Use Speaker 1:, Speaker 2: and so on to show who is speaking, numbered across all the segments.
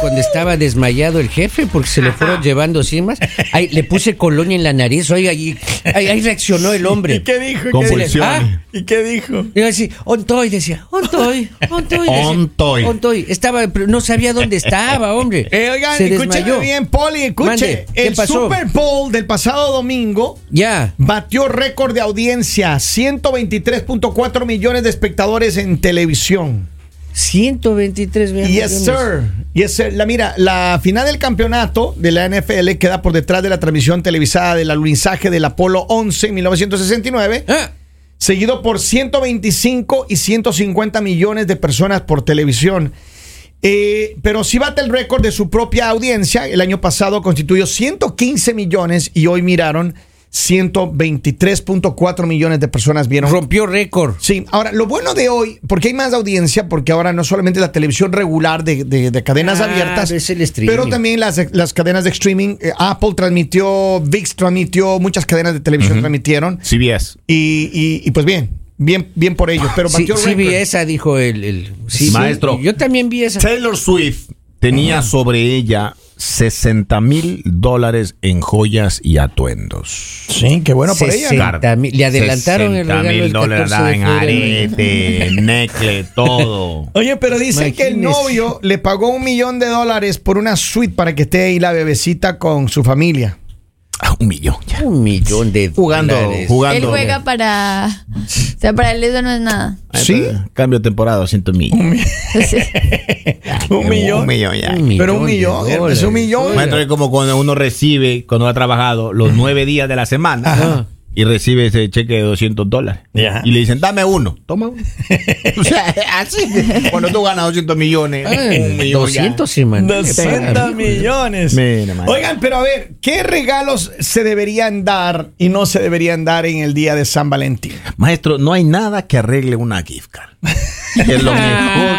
Speaker 1: cuando estaba desmayado el jefe porque se lo fueron llevando cimas. Ahí le puse colonia en la nariz. Oiga, y- ahí, ahí reaccionó el hombre.
Speaker 2: ¿Y qué dijo? ¿Y qué
Speaker 3: Convulsión.
Speaker 2: dijo? Ah, ¿Y qué dijo?
Speaker 1: Y así, ontoy, decía, ontoy, ontoy. decía,
Speaker 3: Ontoy.
Speaker 1: Ontoy. Estaba, pero no sabía dónde estaba, hombre.
Speaker 2: Eh, oigan,
Speaker 1: Se
Speaker 2: escúcheme
Speaker 1: desmayó.
Speaker 2: bien, Poli,
Speaker 1: Mande,
Speaker 2: escuche.
Speaker 1: ¿qué
Speaker 2: El
Speaker 1: pasó?
Speaker 2: Super Bowl del pasado domingo
Speaker 1: Ya.
Speaker 2: batió récord de audiencia, 123.4 millones de espectadores en televisión.
Speaker 1: 123
Speaker 2: Yes,
Speaker 1: millones.
Speaker 2: sir. Yes, sir. La mira, la final del campeonato de la NFL queda por detrás de la transmisión televisada del alunizaje del Apolo 11 en 1969,
Speaker 1: Ah,
Speaker 2: seguido por 125 y 150 millones de personas por televisión. Eh, pero si bate el récord de su propia audiencia, el año pasado constituyó 115 millones y hoy miraron 123.4 millones de personas vieron
Speaker 1: rompió récord.
Speaker 2: Sí, ahora lo bueno de hoy, porque hay más audiencia, porque ahora no solamente la televisión regular de, de- de cadenas
Speaker 1: Ah,
Speaker 2: abiertas,
Speaker 1: es el streaming.
Speaker 2: pero también las, las cadenas de streaming, eh, Apple transmitió, VIX transmitió, muchas cadenas de televisión transmitieron,
Speaker 3: CBS.
Speaker 2: y, y- y pues bien, bien, bien por ellos, pero
Speaker 1: Sí,
Speaker 2: batió
Speaker 1: sí vi
Speaker 2: récord.
Speaker 1: esa, dijo el, el- sí,
Speaker 3: Maestro.
Speaker 1: sí, yo también vi esa.
Speaker 3: Taylor Swift tenía sobre ella 60 mil dólares en joyas y atuendos.
Speaker 2: Sí, qué bueno por ella.
Speaker 1: 60 mil. Le adelantaron el
Speaker 3: 60
Speaker 1: regalo
Speaker 3: mil
Speaker 1: el
Speaker 3: dólares
Speaker 1: 14 de
Speaker 3: en
Speaker 1: febrero.
Speaker 3: arete, necle, todo.
Speaker 2: Oye, pero dice que el
Speaker 1: Imagínese.
Speaker 2: novio le pagó un millón de dólares por una suite para que esté ahí la bebecita con su familia.
Speaker 3: Ah, un millón ya.
Speaker 1: Un millón de
Speaker 3: Jugando,
Speaker 1: dólares.
Speaker 3: jugando.
Speaker 4: Él juega para. O sea, para él eso no es nada.
Speaker 3: Ay,
Speaker 2: ¿Sí?
Speaker 3: pero Cambio de temporada, 200 mil.
Speaker 4: Sí.
Speaker 2: Un millón.
Speaker 3: Un millón ya.
Speaker 2: Pero un millón,
Speaker 1: de
Speaker 2: es
Speaker 1: dólares.
Speaker 2: un millón.
Speaker 1: Oiga.
Speaker 3: Maestro, es como cuando uno recibe, cuando ha trabajado los nueve días de la semana
Speaker 1: Ajá.
Speaker 3: y recibe ese cheque de 200 dólares.
Speaker 2: Ya.
Speaker 3: Y le dicen, dame uno. Toma uno. o sea, así. Cuando tú ganas 200 millones, eh,
Speaker 1: Ay,
Speaker 3: un millón ya.
Speaker 1: 200 semanales.
Speaker 2: 60 millones.
Speaker 3: Mira, man.
Speaker 2: Oigan, pero a ver, ¿qué regalos se deberían dar y no se deberían dar en el día de San Valentín?
Speaker 3: Maestro, no hay nada que arregle una gift card. Es lo mejor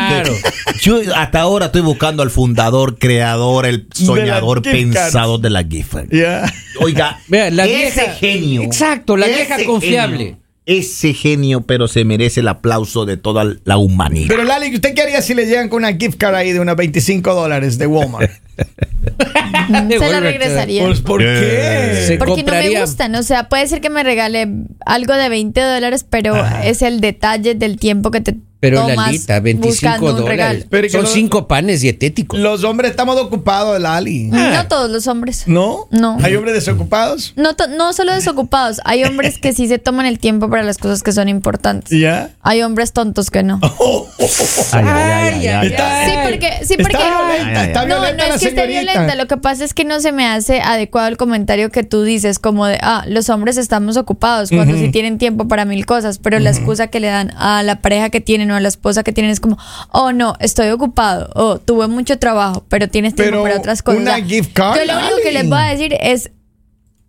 Speaker 1: Claro.
Speaker 3: que- Yo hasta ahora estoy buscando al fundador, creador, el soñador,
Speaker 2: De las gift cards.
Speaker 3: pensador de la gift card.
Speaker 2: Ya.
Speaker 3: Oiga,
Speaker 1: Vea, la
Speaker 3: ese
Speaker 1: vieja-
Speaker 3: genio.
Speaker 1: Exacto, la vieja
Speaker 3: ese
Speaker 1: confiable.
Speaker 3: genio, ese genio, pero se merece el aplauso de toda la humanidad.
Speaker 2: Pero Lali, ¿usted qué haría si le llegan con una gift card ahí de unos 25 dólares de Walmart?
Speaker 4: Se la regresaría.
Speaker 2: Pues, ¿Por
Speaker 1: Se
Speaker 2: qué?
Speaker 4: Porque no me
Speaker 1: compraría-
Speaker 4: gustan, o sea, puede ser que me regale algo de 20 dólares, pero es el detalle del tiempo que te
Speaker 1: Pero
Speaker 4: tomas
Speaker 1: Lalita, 25
Speaker 4: buscando un regalo.
Speaker 1: dólares.
Speaker 2: Pero que
Speaker 1: Son
Speaker 2: no-
Speaker 1: cinco panes dietéticos.
Speaker 2: Los hombres estamos ocupados, Lali.
Speaker 1: ah.
Speaker 4: No todos los hombres.
Speaker 2: ¿No?
Speaker 4: No.
Speaker 2: ¿Hay hombres desocupados?
Speaker 4: No, to- no solo desocupados, hay hombres que sí se toman el tiempo para las cosas que son importantes.
Speaker 2: Ya.
Speaker 4: Hay hombres tontos que no.
Speaker 3: Ay, ay, ay, ay, ay.
Speaker 2: Está-
Speaker 4: Sí, porque, sí, porque
Speaker 2: Está violenta, está
Speaker 4: No, no
Speaker 2: violenta la
Speaker 4: es que esté
Speaker 2: señorita.
Speaker 4: violenta, lo que pasa es que no se me hace adecuado el comentario que tú dices, como de, ah, los hombres estamos ocupados cuando sí tienen tiempo para mil cosas, pero la excusa que le dan a la pareja que tienen o a la esposa que tienen es como, oh, no, estoy ocupado, o tuve mucho trabajo, pero tienes tiempo
Speaker 2: Pero
Speaker 4: para otras cosas.
Speaker 2: una
Speaker 4: O sea,
Speaker 2: gift card,
Speaker 4: Yo lo único que les
Speaker 2: Lali.
Speaker 4: voy a decir es,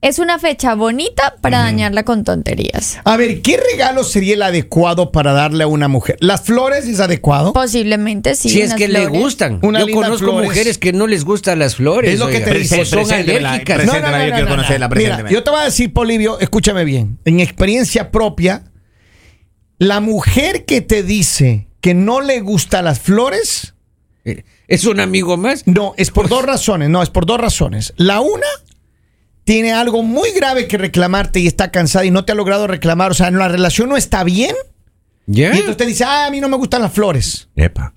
Speaker 4: es una fecha bonita para dañarla con tonterías.
Speaker 2: A ver, ¿qué regalo sería el adecuado para darle a una mujer? ¿Las flores es adecuado?
Speaker 4: Posiblemente sí.
Speaker 1: si es
Speaker 4: unas
Speaker 1: que le
Speaker 4: flores.
Speaker 1: gustan.
Speaker 2: Una
Speaker 1: Yo
Speaker 2: linda
Speaker 1: conozco
Speaker 2: flores.
Speaker 1: mujeres que no les gustan las flores.
Speaker 2: Es lo que
Speaker 1: oiga.
Speaker 2: te dice,
Speaker 1: Pues son
Speaker 3: preséntemela,
Speaker 1: alérgicas.
Speaker 3: preséntemela. Preséntela, yo quiero conocerla, preséntemela.
Speaker 2: Yo te voy a decir, Polivio, escúchame bien. En experiencia propia, la mujer que te dice que no le gustan las flores,
Speaker 1: Eh, Es un amigo más.
Speaker 2: no, es por dos razones. No, es por dos razones. La una, tiene algo muy grave que reclamarte y está cansada y no te ha logrado reclamar. O sea, la relación no está bien.
Speaker 1: ¿Ya?
Speaker 2: Y entonces te dice, ah, a mí no me gustan las flores.
Speaker 3: Epa.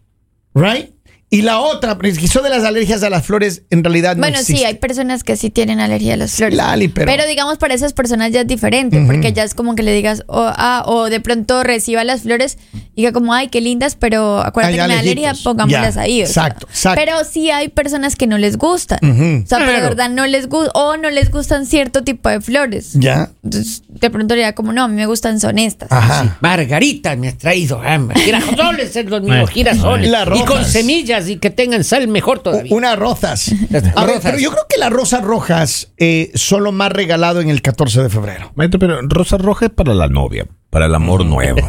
Speaker 2: ¿Right? Y la otra, porque eso de las alergias a las flores en realidad no
Speaker 4: Bueno, sí,
Speaker 2: existe.
Speaker 4: hay personas que sí tienen alergia a las flores.
Speaker 2: Lali, pero-
Speaker 4: pero... digamos, para esas personas ya es diferente, porque ya es como que le digas, o ah, o de pronto reciba las flores, diga como, ay, qué lindas, pero acuérdate
Speaker 2: Ay,
Speaker 4: que me da alergia,
Speaker 2: alergitos.
Speaker 4: pongámoslas
Speaker 2: Ya,
Speaker 4: ahí. o sea.
Speaker 2: exacto, exacto.
Speaker 4: Pero sí hay personas que no les gustan. O sea,
Speaker 1: Claro.
Speaker 4: pero de verdad no les gusta, o no les gustan cierto tipo de flores.
Speaker 2: Ya. Ah,
Speaker 4: Entonces, de pronto le da como, no, a mí me gustan son estas.
Speaker 2: Ajá.
Speaker 1: Margarita me ha traído ambas. Girasoles es los mismos girasoles.
Speaker 2: Las
Speaker 1: Y con
Speaker 2: rojas.
Speaker 1: semillas y que tengan sal mejor todavía.
Speaker 2: Unas rosas.
Speaker 1: Las
Speaker 2: A ver,
Speaker 1: rosas.
Speaker 2: pero yo creo que las rosas rojas eh, son lo más regalado en el 14 de febrero.
Speaker 3: Maestro, pero Rosa Roja es para la novia, para el amor nuevo.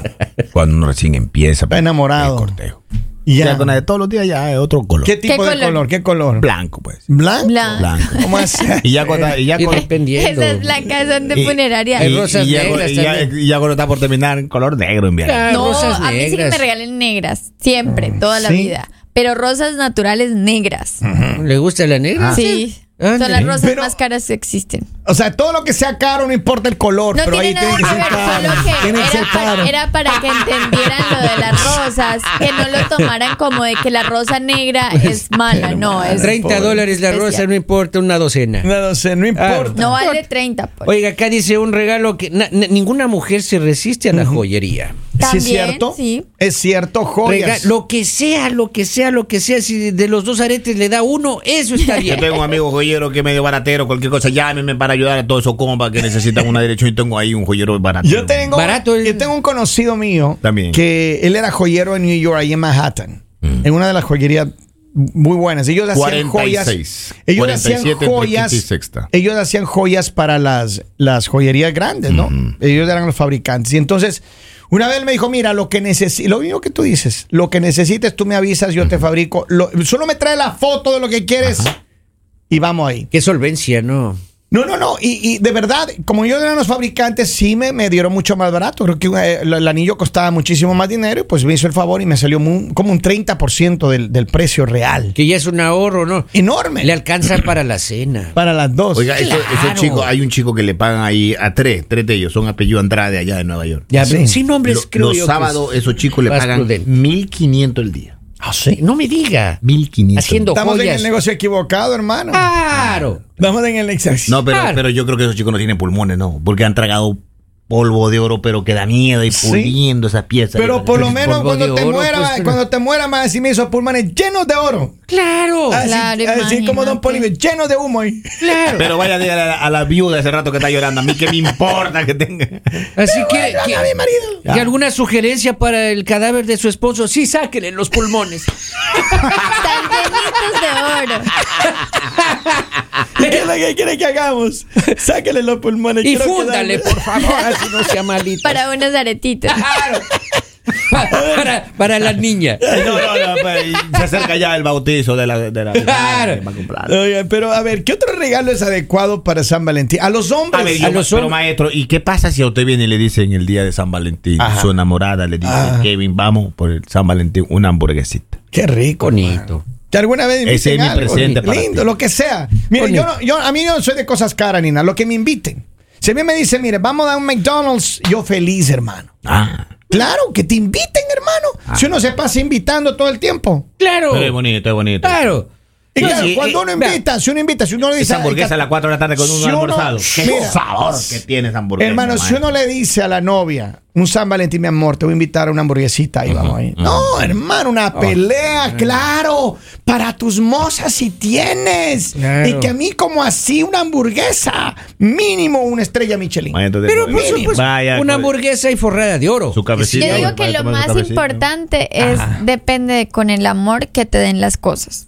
Speaker 3: cuando uno recién empieza.
Speaker 2: Está enamorado.
Speaker 3: El cortejo.
Speaker 2: Y
Speaker 3: Ya.
Speaker 2: ya.
Speaker 3: con la de todos los días ya es otro color.
Speaker 2: ¿Qué tipo
Speaker 4: ¿Qué
Speaker 2: de
Speaker 4: color?
Speaker 2: color? ¿Qué color?
Speaker 3: Blanco, pues.
Speaker 2: ¿Blanco?
Speaker 4: Blanco.
Speaker 3: Blanco.
Speaker 2: ¿Cómo es?
Speaker 3: Y ya cuando, y ya
Speaker 1: Y
Speaker 3: con-
Speaker 1: dependiendo.
Speaker 4: Esa es la casa de
Speaker 3: y-
Speaker 4: funeraria.
Speaker 1: Hay
Speaker 3: y-
Speaker 1: rosas
Speaker 3: y ya,
Speaker 1: negras
Speaker 3: y ya-
Speaker 1: también.
Speaker 3: y ya cuando está por terminar en color negro en
Speaker 1: Ah,
Speaker 4: no,
Speaker 1: rosas
Speaker 4: a mí sí que me
Speaker 1: negras.
Speaker 4: regalen negras, siempre, toda la
Speaker 2: Sí.
Speaker 4: vida. Pero rosas naturales negras.
Speaker 1: ¿Le gusta la negra?
Speaker 4: Sí.
Speaker 1: Ah,
Speaker 4: Son las
Speaker 1: ándale.
Speaker 4: rosas
Speaker 2: Pero-
Speaker 4: más caras que existen.
Speaker 2: O sea, todo lo que sea caro, no importa el color,
Speaker 4: No
Speaker 2: pero ahí
Speaker 4: tiene nada
Speaker 2: tiene
Speaker 4: que
Speaker 2: que
Speaker 4: ver,
Speaker 2: ser caro.
Speaker 4: solo que
Speaker 2: Tiene que ser
Speaker 4: era
Speaker 2: caro.
Speaker 4: para, era para que entendieran lo de las rosas, que no lo tomaran como de que la rosa negra
Speaker 1: Pues,
Speaker 4: es mala, no, es
Speaker 1: 30 dólares la
Speaker 4: especial.
Speaker 1: rosa, no importa, una docena.
Speaker 2: No, no sé, no importa.
Speaker 4: No vale 30, pues.
Speaker 1: Oiga, acá dice un regalo que na- na- ninguna mujer se resiste a la joyería.
Speaker 2: Sí,
Speaker 4: También,
Speaker 2: es cierto.
Speaker 4: sí.
Speaker 2: Es cierto,
Speaker 1: Rega-
Speaker 2: joyas.
Speaker 1: lo que sea, lo que sea, lo que sea, si de los dos aretes le da uno, eso está
Speaker 3: Yo
Speaker 1: bien.
Speaker 3: tengo un amigo joyero que es medio baratero, cualquier cosa, llámeme para ayudar a todos esos compas que necesitan una dirección. Yo tengo ahí un joyero baratero.
Speaker 2: Yo tengo,
Speaker 1: Barato es-
Speaker 2: yo tengo un conocido mío
Speaker 3: También. Mm.
Speaker 2: que él era joyero en New York, ahí en Manhattan, en una de las joyerías muy buenas. Ellos hacían
Speaker 3: 46,
Speaker 2: joyas. Ellos
Speaker 3: 47 entre
Speaker 2: hacían joyas.
Speaker 3: quinta y sexta.
Speaker 2: Ellos hacían joyas para las, las joyerías grandes, ¿no? Ellos eran los fabricantes. Y entonces, una vez él me dijo, mira, lo que necesites, lo mismo que tú dices, lo que necesites, tú me avisas, yo te fabrico. Lo- solo me trae la foto de lo que quieres y vamos ahí.
Speaker 1: Qué solvencia, ¿no?
Speaker 2: No, no, no. Y, y de verdad, como yo eran los fabricantes, sí me, me dieron mucho más barato. Creo que eh, el, el anillo costaba muchísimo más dinero y pues me hizo el favor y me salió mu- como un 30% del, del precio real.
Speaker 1: Que ya es un ahorro, ¿no?
Speaker 2: Enorme.
Speaker 1: Le alcanza para la cena.
Speaker 2: para las dos.
Speaker 3: Oiga, eso-
Speaker 1: Claro.
Speaker 3: esos chicos, hay un chico que le pagan ahí a tres, tres de ellos, son apellido Andrade allá de Nueva York.
Speaker 1: Ya,
Speaker 2: Sí.
Speaker 1: pero sin nombres,
Speaker 3: Lo-
Speaker 1: creo
Speaker 3: los
Speaker 1: yo que
Speaker 3: sábados,
Speaker 1: es
Speaker 3: esos chicos le
Speaker 1: más
Speaker 3: pagan
Speaker 1: prudente.
Speaker 3: 1.500 el día.
Speaker 1: Ah, sí, No me diga.
Speaker 3: 1.500.
Speaker 1: Haciendo
Speaker 2: Estamos en
Speaker 1: joyas.
Speaker 2: el negocio equivocado, hermano.
Speaker 4: Ah.
Speaker 1: Claro.
Speaker 2: Estamos en el exceso.
Speaker 3: No, pero,
Speaker 1: Claro.
Speaker 3: pero yo creo que esos chicos no tienen pulmones, no, porque han tragado polvo de oro, pero que da miedo y
Speaker 2: Sí.
Speaker 3: puliendo esas piezas.
Speaker 2: Pero por lo menos
Speaker 1: polvo de
Speaker 2: cuando te
Speaker 1: oro,
Speaker 2: mueras,
Speaker 1: pues,
Speaker 2: cuando te mueras, más así me hizo pulmones llenos de oro.
Speaker 1: Claro.
Speaker 2: Así,
Speaker 4: Oh. Claro,
Speaker 2: así como Don
Speaker 4: imagínate.
Speaker 2: Poli, llenos de humo ahí.
Speaker 1: Claro.
Speaker 3: Pero vaya, dígale a la, a la viuda ese rato que está llorando. A mí que me importa que tenga.
Speaker 1: Así que, que-
Speaker 2: marido.
Speaker 1: ¿y alguna sugerencia para el cadáver de su esposo? Sí, sáquele los pulmones.
Speaker 4: Están llenitos de oro.
Speaker 2: ¿Qué es lo que quiere que hagamos? Sáquele los pulmones.
Speaker 1: y
Speaker 2: quiero
Speaker 1: fúndale, pues.
Speaker 2: quedarme.
Speaker 1: por favor, así no sea malito.
Speaker 4: Para unos aretitos.
Speaker 1: Para, para, para la niña.
Speaker 3: No, no, no. pues, se acerca ya el bautizo de la. De la
Speaker 1: Claro.
Speaker 3: Va a comprar.
Speaker 2: Oigan, pero a ver, ¿qué otro regalo es adecuado para San Valentín? A los hombres.
Speaker 3: A ver,
Speaker 1: A
Speaker 3: yo-
Speaker 1: los
Speaker 3: pero
Speaker 1: hombres.
Speaker 3: maestro, ¿y qué pasa si a usted viene y le dicen el día de San Valentín?
Speaker 2: Ajá.
Speaker 3: Su enamorada le dice,
Speaker 2: Ajá.
Speaker 3: Kevin, vamos por el San Valentín, una hamburguesita.
Speaker 2: Qué rico.
Speaker 1: Bonito.
Speaker 2: Que alguna vez
Speaker 3: Ese
Speaker 2: inviten
Speaker 3: es mi
Speaker 2: algo.
Speaker 3: presente para
Speaker 2: Lindo,
Speaker 3: ti.
Speaker 2: lo que sea. Mire,
Speaker 1: Bonito.
Speaker 2: yo, no- yo- a mí yo no soy de cosas caras, Nina. Lo que me inviten. Si a mí me dicen, mire, vamos a dar un McDonald's, yo feliz, hermano.
Speaker 3: Ah.
Speaker 2: Claro, que te inviten, hermano. Si uno se pasa invitando todo el tiempo.
Speaker 1: Claro.
Speaker 3: Pero es bonito, es bonito.
Speaker 1: Claro.
Speaker 2: Y
Speaker 3: Sí,
Speaker 2: claro,
Speaker 3: sí,
Speaker 2: cuando
Speaker 3: eh,
Speaker 2: uno
Speaker 1: vea.
Speaker 2: invita, si uno invita, si uno le dice...
Speaker 3: Esa hamburguesa a las 4 de la tarde con un
Speaker 2: Si uno-
Speaker 3: almorzado. Qué
Speaker 2: mira,
Speaker 3: sabor que tiene esa hamburguesa.
Speaker 2: Hermano, si
Speaker 3: maestro.
Speaker 2: uno le dice a la novia, un San Valentín, mi amor, te voy a invitar a una hamburguesita y vamos ahí. No, hermano,
Speaker 3: Oh,
Speaker 2: una pelea,
Speaker 3: eh.
Speaker 2: claro, para tus mozas si tienes.
Speaker 1: Claro.
Speaker 2: Y que a mí como así una hamburguesa, mínimo una estrella Michelin.
Speaker 3: Maestro de
Speaker 1: Pero
Speaker 3: Nueva
Speaker 1: por
Speaker 3: York.
Speaker 1: supuesto,
Speaker 3: Vaya, pues.
Speaker 1: una
Speaker 3: con-
Speaker 1: hamburguesa y forrada de oro.
Speaker 3: Su cafecito.
Speaker 4: Yo
Speaker 3: para
Speaker 4: digo que lo
Speaker 3: tomar su
Speaker 4: más
Speaker 3: cafecito.
Speaker 4: importante es depende de con el amor que te den las cosas.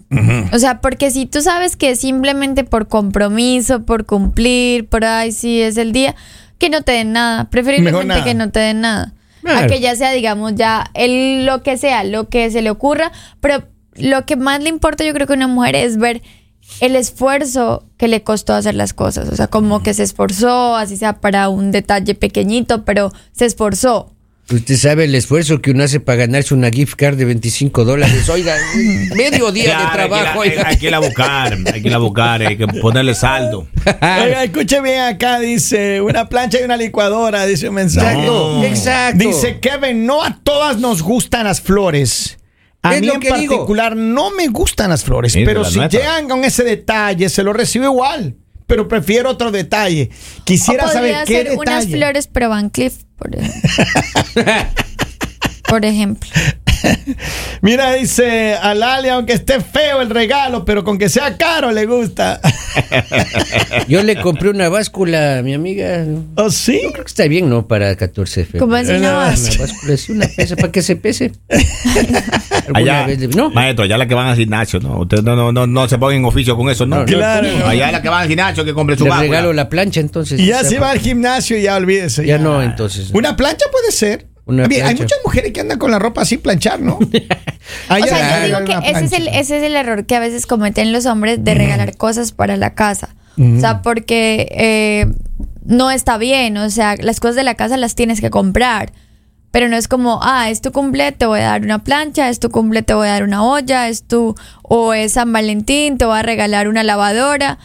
Speaker 4: O sea, porque si tú sabes que simplemente por compromiso, por cumplir, por ay, sí es el día, que no te den nada. Preferiblemente
Speaker 2: Mejor nada.
Speaker 4: que no te den nada.
Speaker 1: Claro.
Speaker 4: A que ya sea, digamos, ya el, lo que sea, lo que se le ocurra. Pero lo que más le importa, yo creo que a una mujer es ver el esfuerzo que le costó hacer las cosas. O sea, como que se esforzó, así sea para un detalle pequeñito, pero se esforzó.
Speaker 1: Usted sabe el esfuerzo que uno hace para ganarse una gift card de 25 dólares. Oiga, medio día
Speaker 3: Claro,
Speaker 1: de trabajo.
Speaker 3: Hay que,
Speaker 1: oiga.
Speaker 3: la, hay que la buscar, hay que la buscar, hay que ponerle saldo.
Speaker 1: Ah.
Speaker 2: Oiga, escuche bien acá, dice, una plancha y una licuadora, dice un mensaje.
Speaker 1: Exacto.
Speaker 3: No.
Speaker 1: Exacto.
Speaker 2: Dice Kevin, no a todas nos gustan las flores. A
Speaker 1: Es
Speaker 2: mí
Speaker 1: lo
Speaker 2: en
Speaker 1: que digo.
Speaker 2: particular no me gustan las flores,
Speaker 3: Mira,
Speaker 2: pero
Speaker 3: la
Speaker 2: si
Speaker 3: nuestra.
Speaker 2: llegan con ese detalle, se lo recibo igual. Pero prefiero otro detalle. Quisiera
Speaker 4: o
Speaker 2: saber
Speaker 4: podría
Speaker 2: qué
Speaker 4: ser unas
Speaker 2: detalle.
Speaker 4: flores pero Van Cleef, por ejemplo. por ejemplo.
Speaker 2: Mira, dice a Lali, aunque esté feo el regalo, pero con que sea caro le gusta.
Speaker 1: Yo le compré una báscula a mi amiga.
Speaker 2: ¿O ¿Oh, sí?
Speaker 1: Creo que está bien, ¿no? Para 14 de febrero.
Speaker 4: Como así
Speaker 2: Eh,
Speaker 4: no
Speaker 2: no,
Speaker 4: vas.
Speaker 1: Una báscula, sí, una pesa, para que se pese. ¿Alguna
Speaker 3: Allá,
Speaker 1: vez le- No,
Speaker 3: maestro, allá la que van al gimnasio, no, ustedes no, no, no, no se pongan en oficio con eso, no.
Speaker 1: No, no,
Speaker 2: Claro.
Speaker 3: Allá la que van al gimnasio que compre su
Speaker 1: le
Speaker 3: báscula.
Speaker 1: regalo la plancha entonces.
Speaker 2: Y ya
Speaker 1: O sea,
Speaker 2: se va al gimnasio y ya olvídese.
Speaker 1: Ya no, entonces.
Speaker 2: Una plancha puede ser.
Speaker 1: Una
Speaker 2: Bien, Hay
Speaker 1: plancha.
Speaker 2: muchas mujeres que andan con la ropa sin planchar, ¿no? Ayer
Speaker 4: o sea, yo
Speaker 2: regalaron
Speaker 4: digo
Speaker 2: una
Speaker 4: que ese es,
Speaker 2: plancha.
Speaker 4: el, ese es el error que a veces cometen los hombres
Speaker 2: Mm.
Speaker 4: de regalar cosas para la casa. O sea, porque eh, no está bien. O sea, las cosas de la casa las tienes que comprar. Pero no es como, ah, es tu cumple, te voy a dar una plancha, es tu cumple, te voy a dar una olla, es tu. O es San Valentín, te voy a regalar una lavadora.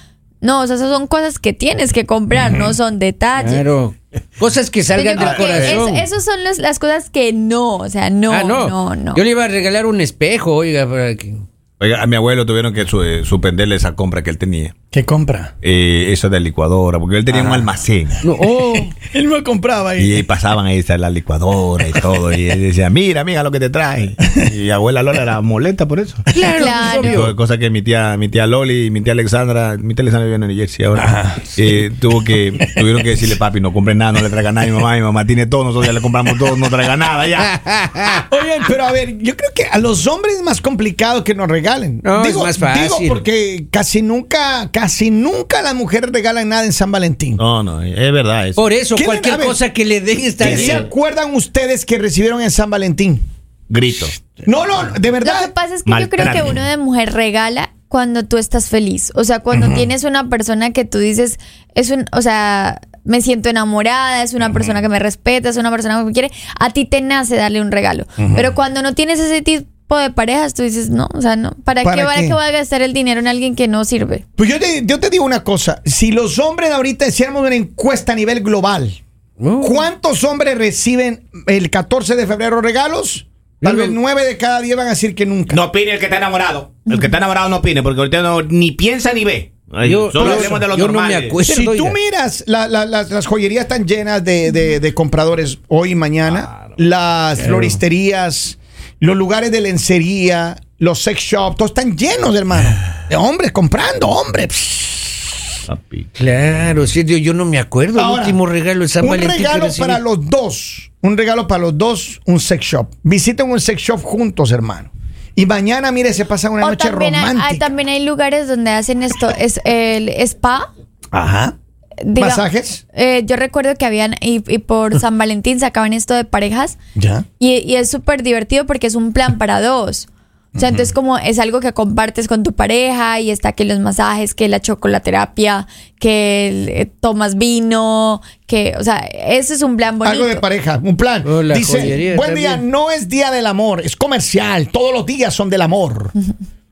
Speaker 4: No, o sea, esas son cosas que tienes que comprar, no son detalles.
Speaker 1: Claro. Cosas que salgan
Speaker 4: Yo
Speaker 1: del
Speaker 4: creo que
Speaker 1: corazón.
Speaker 4: es- esas son las- las cosas que no, o sea, no,
Speaker 1: ah, no.
Speaker 4: no, no.
Speaker 1: Yo le iba a regalar un espejo, oiga, para que.
Speaker 3: Oiga, a mi abuelo tuvieron que su- eh, suspenderle esa compra que él tenía.
Speaker 2: ¿Qué compra?
Speaker 3: Eh, esa de licuadora, porque él tenía un almacén.
Speaker 1: No, oh,
Speaker 2: Él no compraba
Speaker 3: Y
Speaker 2: ahí.
Speaker 3: ahí pasaban ahí está la licuadora y todo. Y él decía, mira, mira lo que te trae. Y abuela Lola era molesta por eso.
Speaker 1: claro,
Speaker 4: Claro.
Speaker 1: obvio.
Speaker 3: Co- Cosa que mi tía, mi tía Loli y mi tía Alexandra, mi tía Alexandra vive en New Jersey ahora, eh, tuvo que, tuvieron que decirle, papi, no compre nada, no le traiga nada a mi mamá, mi mamá tiene todo, nosotros ya le compramos todo, no traiga nada ya.
Speaker 2: Oye, Ah, pero a ver, yo creo que a los hombres es más complicado que nos regalen.
Speaker 1: No, es más fácil.
Speaker 2: Digo porque casi nunca, casi nunca las mujeres regalan nada en San Valentín.
Speaker 3: No, no, es verdad eso.
Speaker 1: Por e-, eso,
Speaker 2: ¿Quién- a
Speaker 1: cualquier
Speaker 2: ver,
Speaker 1: cosa que le den está
Speaker 2: ¿Qué se
Speaker 1: bien.
Speaker 2: acuerdan ustedes que recibieron en San Valentín?
Speaker 3: Grito.
Speaker 2: No, no, de
Speaker 4: Lo que
Speaker 2: verdad.
Speaker 4: pasa es que yo creo
Speaker 3: Maltrato.
Speaker 4: que uno de mujer regala cuando tú estás feliz. O sea, cuando tienes una persona que tú dices, es un, o sea, me siento enamorada, es una persona que me respeta, es una persona que me quiere, a ti te nace darle un regalo. Pero cuando no tienes ese tipo de parejas, tú dices, no, o sea, no, ¿para,
Speaker 2: ¿Para
Speaker 4: qué, ¿para
Speaker 2: qué?
Speaker 4: qué voy a gastar el dinero en alguien que no sirve?
Speaker 2: Pues yo te, yo te digo una cosa, si los hombres ahorita hiciéramos una encuesta a nivel global,
Speaker 1: No.
Speaker 2: ¿cuántos hombres reciben el 14 de febrero regalos? Tal
Speaker 1: Yo-
Speaker 2: vez 9 de cada 10 van a decir que nunca.
Speaker 5: No opine el que está enamorado. El que está enamorado no opine, porque ahorita no, ni piensa ni ve. Ay,
Speaker 1: Yo-
Speaker 5: solo
Speaker 1: yo-
Speaker 5: hablemos de lo
Speaker 1: yo no
Speaker 5: normal.
Speaker 1: me acuerdo.
Speaker 2: Si tú
Speaker 1: Oiga.
Speaker 2: miras, la- la- las, las joyerías están llenas de, de- de compradores hoy y mañana. Las floristerías, los lugares de lencería, los sex shops, todos están llenos, hermano. De hombres comprando, hombres. Pss.
Speaker 3: Papi.
Speaker 1: Claro, sí, yo, yo no me acuerdo. el
Speaker 2: Ahora,
Speaker 1: último regalo de San
Speaker 2: un
Speaker 1: Valentín. que
Speaker 2: regalo
Speaker 1: recibí.
Speaker 2: para los dos. Un regalo para los dos, un sex shop. Visiten un sex shop juntos, hermano. Y mañana, mire, se pasa una
Speaker 4: o
Speaker 2: noche
Speaker 4: también hay,
Speaker 2: romántica.
Speaker 4: hay- también hay lugares donde hacen esto, es el spa.
Speaker 2: Ajá.
Speaker 4: diga-
Speaker 2: ¿Masajes?
Speaker 4: eh, yo recuerdo que habían, y, y por San Valentín sacaban esto de parejas.
Speaker 2: Ya.
Speaker 4: Y, y es súper divertido porque es un plan para dos. O sea, entonces como es algo que compartes con tu pareja y está que los masajes, que la chocolaterapia, que el, eh, tomas vino, que, o sea, ese es un plan bonito.
Speaker 2: Algo de pareja, un plan.
Speaker 1: Oh, la
Speaker 2: Dice,
Speaker 1: joyería
Speaker 2: buen día,
Speaker 1: también.
Speaker 2: no es día del amor, es comercial, todos los días son del amor.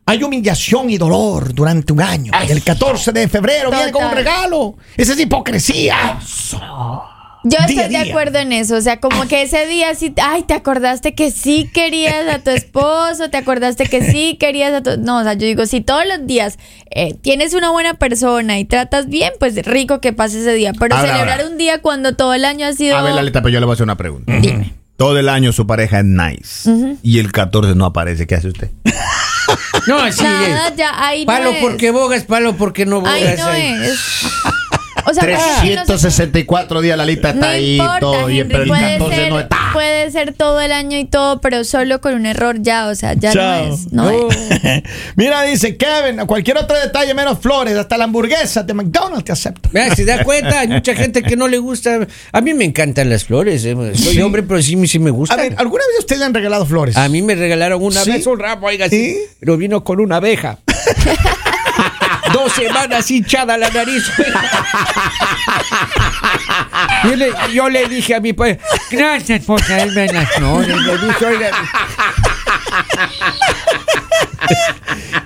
Speaker 2: Hay humillación y dolor durante un año. Y el 14 de febrero viene con un
Speaker 4: Total.
Speaker 2: regalo. Esa es hipocresía.
Speaker 4: Yo
Speaker 2: día a
Speaker 4: estoy
Speaker 2: día.
Speaker 4: de acuerdo en eso, o sea, como que ese día sí, ay, te acordaste que sí querías a tu esposo, te acordaste que sí querías a tu... No, o sea, yo digo, si todos los días eh, tienes una buena persona y tratas bien, pues rico que pase ese día, pero
Speaker 3: Ahora,
Speaker 4: celebrar
Speaker 3: ahora.
Speaker 4: un día cuando todo el año ha sido...
Speaker 3: A ver, Lalita, pero yo le voy a hacer una pregunta. Todo el año su pareja es nice. Y el 14 no aparece. ¿Qué hace usted?
Speaker 1: No, así
Speaker 4: Nada,
Speaker 1: es.
Speaker 4: ya ahí
Speaker 1: Palo
Speaker 4: no es.
Speaker 1: porque bogas, palo porque no bogas.
Speaker 4: ahí no
Speaker 1: Ay.
Speaker 4: es. O sea, pero es que no sé-
Speaker 3: 364 días Lalita
Speaker 4: no
Speaker 3: está ahí
Speaker 4: importa,
Speaker 3: todo. y-
Speaker 4: Henry,
Speaker 3: pero el
Speaker 4: puede,
Speaker 3: 14
Speaker 4: ser,
Speaker 3: no está.
Speaker 4: puede ser todo el año y todo, pero solo con un error ya, o sea, ya
Speaker 2: Chao.
Speaker 4: no es. No,
Speaker 1: No.
Speaker 4: es.
Speaker 2: Mira, dice Kevin, cualquier otro detalle menos flores, hasta la hamburguesa de McDonald's te acepto.
Speaker 1: Vea, se da cuenta, hay mucha gente que no le gusta. A mí me encantan las flores. eh. Soy hombre, pero sí, me- sí me
Speaker 2: A
Speaker 1: gustan.
Speaker 2: ver, ¿alguna vez ustedes le han regalado flores?
Speaker 1: A mí me regalaron una
Speaker 2: ¿Sí?
Speaker 1: vez un ramo, oiga,
Speaker 2: ¿Sí?
Speaker 1: sí, pero vino con una abeja. Dos semanas hinchada la nariz. Yo le, yo le dije a mi padre, gracias por traerme las flores. Le dije, "Oiga,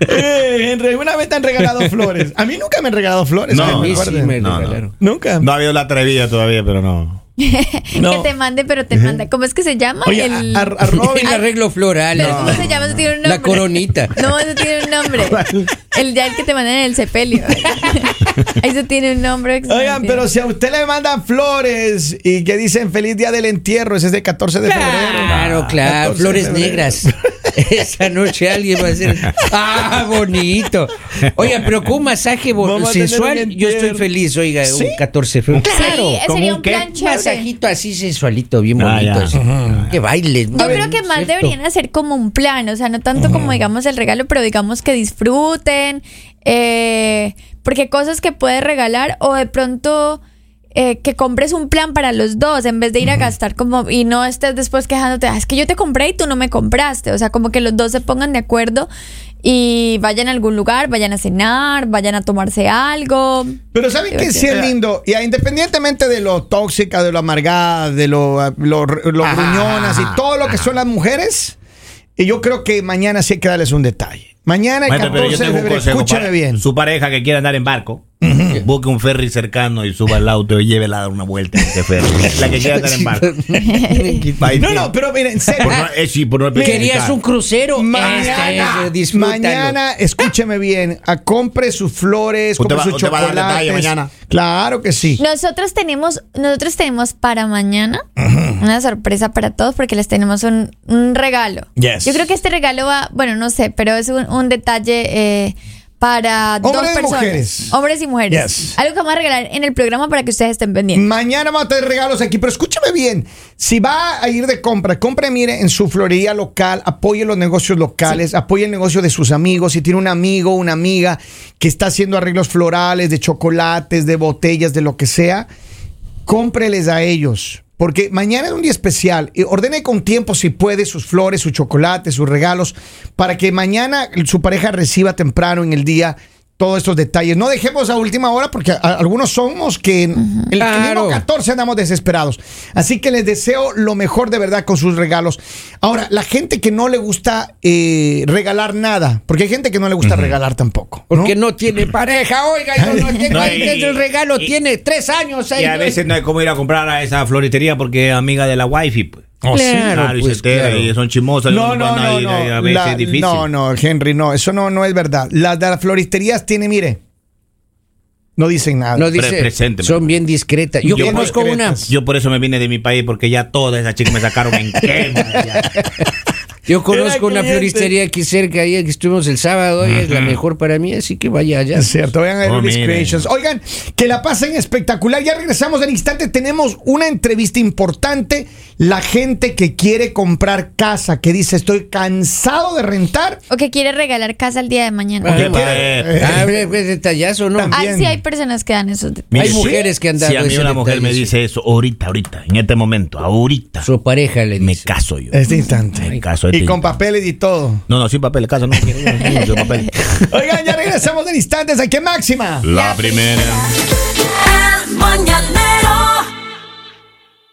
Speaker 2: Eh, Henry, ¿alguna vez te han regalado flores? A mí nunca me han regalado flores.
Speaker 3: No,
Speaker 2: que
Speaker 1: a mí sí
Speaker 2: recuerden.
Speaker 1: me
Speaker 3: No, no.
Speaker 1: regalaron.
Speaker 2: Nunca.
Speaker 3: No ha habido la atrevida todavía, pero no.
Speaker 2: No.
Speaker 4: Que te mande, pero te manda. ¿Cómo es que se llama?
Speaker 2: Oye,
Speaker 4: el,
Speaker 2: a- a- a Robin-
Speaker 1: El arreglo floral.
Speaker 4: pero ¿Cómo se llama? Eso tiene un
Speaker 1: La
Speaker 4: nombre.
Speaker 1: coronita.
Speaker 4: No, eso tiene un nombre. El ya el que te mandan en el sepelio. eso tiene un nombre. que se me
Speaker 2: Oigan,
Speaker 4: olvidó.
Speaker 2: pero si a usted le mandan flores y que dicen feliz día del entierro, ese es de 14 de febrero.
Speaker 1: Claro, claro,
Speaker 2: 14 de
Speaker 1: flores
Speaker 2: febrero.
Speaker 1: negras. Esa noche alguien va a decir, ah, bonito. Oiga, pero con un masaje bo-
Speaker 2: Vamos a tener un
Speaker 1: sensual, yo
Speaker 2: entierro.
Speaker 1: estoy feliz, oiga,
Speaker 2: ¿Sí?
Speaker 1: un 14 de febrero.
Speaker 4: Sí, ese
Speaker 1: como
Speaker 4: sería
Speaker 1: un
Speaker 4: un plan
Speaker 1: un
Speaker 4: chévere.
Speaker 1: masajito así sensualito, bien
Speaker 3: Ah,
Speaker 1: bonito.
Speaker 3: ya.
Speaker 1: así. Que baile.
Speaker 4: Yo creo que más deberían hacer como un plan, o sea, no tanto como digamos el regalo, pero digamos que disfruten, eh, porque cosas que puedes regalar o de pronto eh, que compres un plan para los dos en vez de ir a gastar como y no estés después quejándote, "Ah, es que yo te compré y tú no me compraste. O sea, como que los dos se pongan de acuerdo y vayan a algún lugar, vayan a cenar, vayan a tomarse algo.
Speaker 2: Pero ¿saben que sí es lindo? Y ah, independientemente de lo tóxica, de lo amargada, de lo, ah, lo, lo gruñonas y todo lo que son las mujeres, y yo creo que mañana sí hay que darles un detalle. Mañana el
Speaker 3: Maestro, pero
Speaker 2: 14
Speaker 3: yo
Speaker 2: de
Speaker 3: tengo un
Speaker 2: febrero,
Speaker 3: consejo
Speaker 2: escúchame
Speaker 3: para
Speaker 2: bien.
Speaker 3: Su pareja que quiera andar en barco, busque un ferry cercano y suba al auto y llévela a dar una vuelta en ese ferry. La que quiera andar en barco. Va y
Speaker 2: No,
Speaker 3: viene.
Speaker 2: no, pero miren, en serio.
Speaker 3: Por no- eh, sí, por no
Speaker 1: ¿Querías
Speaker 3: especificar.
Speaker 1: un crucero?
Speaker 2: Mañana,
Speaker 1: Este, disfrútalo.
Speaker 2: mañana, escúcheme bien, a- compre sus flores,
Speaker 3: Usted
Speaker 2: compre
Speaker 3: va-
Speaker 2: sus
Speaker 3: usted va a dar
Speaker 2: chocolates.
Speaker 3: detalle mañana.
Speaker 2: Claro que sí.
Speaker 4: Nosotros tenemos, nosotros tenemos para mañana una sorpresa para todos porque les tenemos un, un regalo.
Speaker 2: Yes.
Speaker 4: Yo creo que este regalo va, bueno, no sé, pero es un, un detalle eh, para
Speaker 2: Hombres
Speaker 4: dos
Speaker 2: y
Speaker 4: personas.
Speaker 2: mujeres.
Speaker 4: Hombres y mujeres.
Speaker 2: Yes.
Speaker 4: Algo que vamos a regalar en el programa para que ustedes estén pendientes.
Speaker 2: Mañana vamos a tener regalos aquí, pero escúchame bien. Si va a ir de compra, compre, mire, en su florería local, apoye los negocios locales, apoye el negocio de sus amigos. Si tiene un amigo, una amiga que está haciendo arreglos florales, de chocolates, de botellas, de lo que sea, cómpreles a ellos. Porque mañana es un día especial. Y ordene con tiempo, si puede, sus flores, sus chocolates, sus regalos, para que mañana su pareja reciba temprano en el día todos estos detalles. No dejemos a última hora, porque a- a- algunos somos que en el
Speaker 1: Claro.
Speaker 2: mismo 14 andamos desesperados. Así que les deseo lo mejor de verdad con sus regalos. Ahora, la gente que no le gusta eh, regalar nada, porque hay gente que no le gusta regalar tampoco. ¿no?
Speaker 1: Porque no tiene pareja, oiga, yo no tengo
Speaker 3: No,
Speaker 1: ahí,
Speaker 3: y-
Speaker 1: tengo el regalo,
Speaker 3: y-
Speaker 1: tiene tres años ahí.
Speaker 3: Y a veces no hay cómo ir a comprar a esa floristería porque es amiga de la wifi. pues.
Speaker 2: Oh,
Speaker 1: Claro,
Speaker 3: y se
Speaker 1: pues,
Speaker 3: entera
Speaker 1: claro.
Speaker 3: y son chismosas. y
Speaker 2: No, no,
Speaker 3: van a
Speaker 2: no,
Speaker 3: ir,
Speaker 2: no.
Speaker 3: y A veces
Speaker 2: La-
Speaker 3: es difícil.
Speaker 2: No, no, Henry, no. Eso no, no es verdad. Las de las floristerías tienen, mire, no dicen nada.
Speaker 1: No
Speaker 3: Pre-
Speaker 1: dice,
Speaker 3: presénteme.
Speaker 1: son bien discretas. Yo,
Speaker 3: Yo-
Speaker 1: conozco una,
Speaker 2: discretas.
Speaker 3: Yo por eso me vine de mi país porque ya todas esas chicas me sacaron en quema. ya.
Speaker 1: yo conozco una
Speaker 2: cliente.
Speaker 1: floristería aquí cerca, ahí que estuvimos el sábado, y es la mejor para mí, así que vaya allá.
Speaker 2: Es cierto, vean a
Speaker 3: Oh,
Speaker 2: Elvis
Speaker 3: miren.
Speaker 2: Creations. Oigan, que la pasen espectacular. Ya regresamos en instante. Tenemos una entrevista importante. La gente que quiere comprar casa, que dice estoy cansado de rentar.
Speaker 4: O que quiere regalar casa el día de mañana.
Speaker 1: Ah,
Speaker 3: ¿Qué
Speaker 1: bueno.
Speaker 3: padre.
Speaker 1: Ah, pues, pues, detallazo, ¿no?
Speaker 2: También.
Speaker 4: Ahí sí hay personas que dan esos detalles.
Speaker 1: Hay mujeres que han dado
Speaker 3: Si a mí
Speaker 1: ese
Speaker 3: una mujer
Speaker 1: detalle,
Speaker 3: me
Speaker 1: sí.
Speaker 3: dice eso ahorita, ahorita, en este momento, ahorita,
Speaker 1: Su pareja le
Speaker 3: me
Speaker 1: dice.
Speaker 3: caso yo.
Speaker 2: Este instante.
Speaker 3: Me caso
Speaker 2: Y
Speaker 3: este
Speaker 2: con
Speaker 3: instante.
Speaker 2: papeles y todo.
Speaker 3: No, no, sin papel, caso no quiero. no, no, sin papel.
Speaker 2: Oigan, ya regresamos en instantes. Aquí en Máxima.
Speaker 3: La primera.
Speaker 6: El mañanero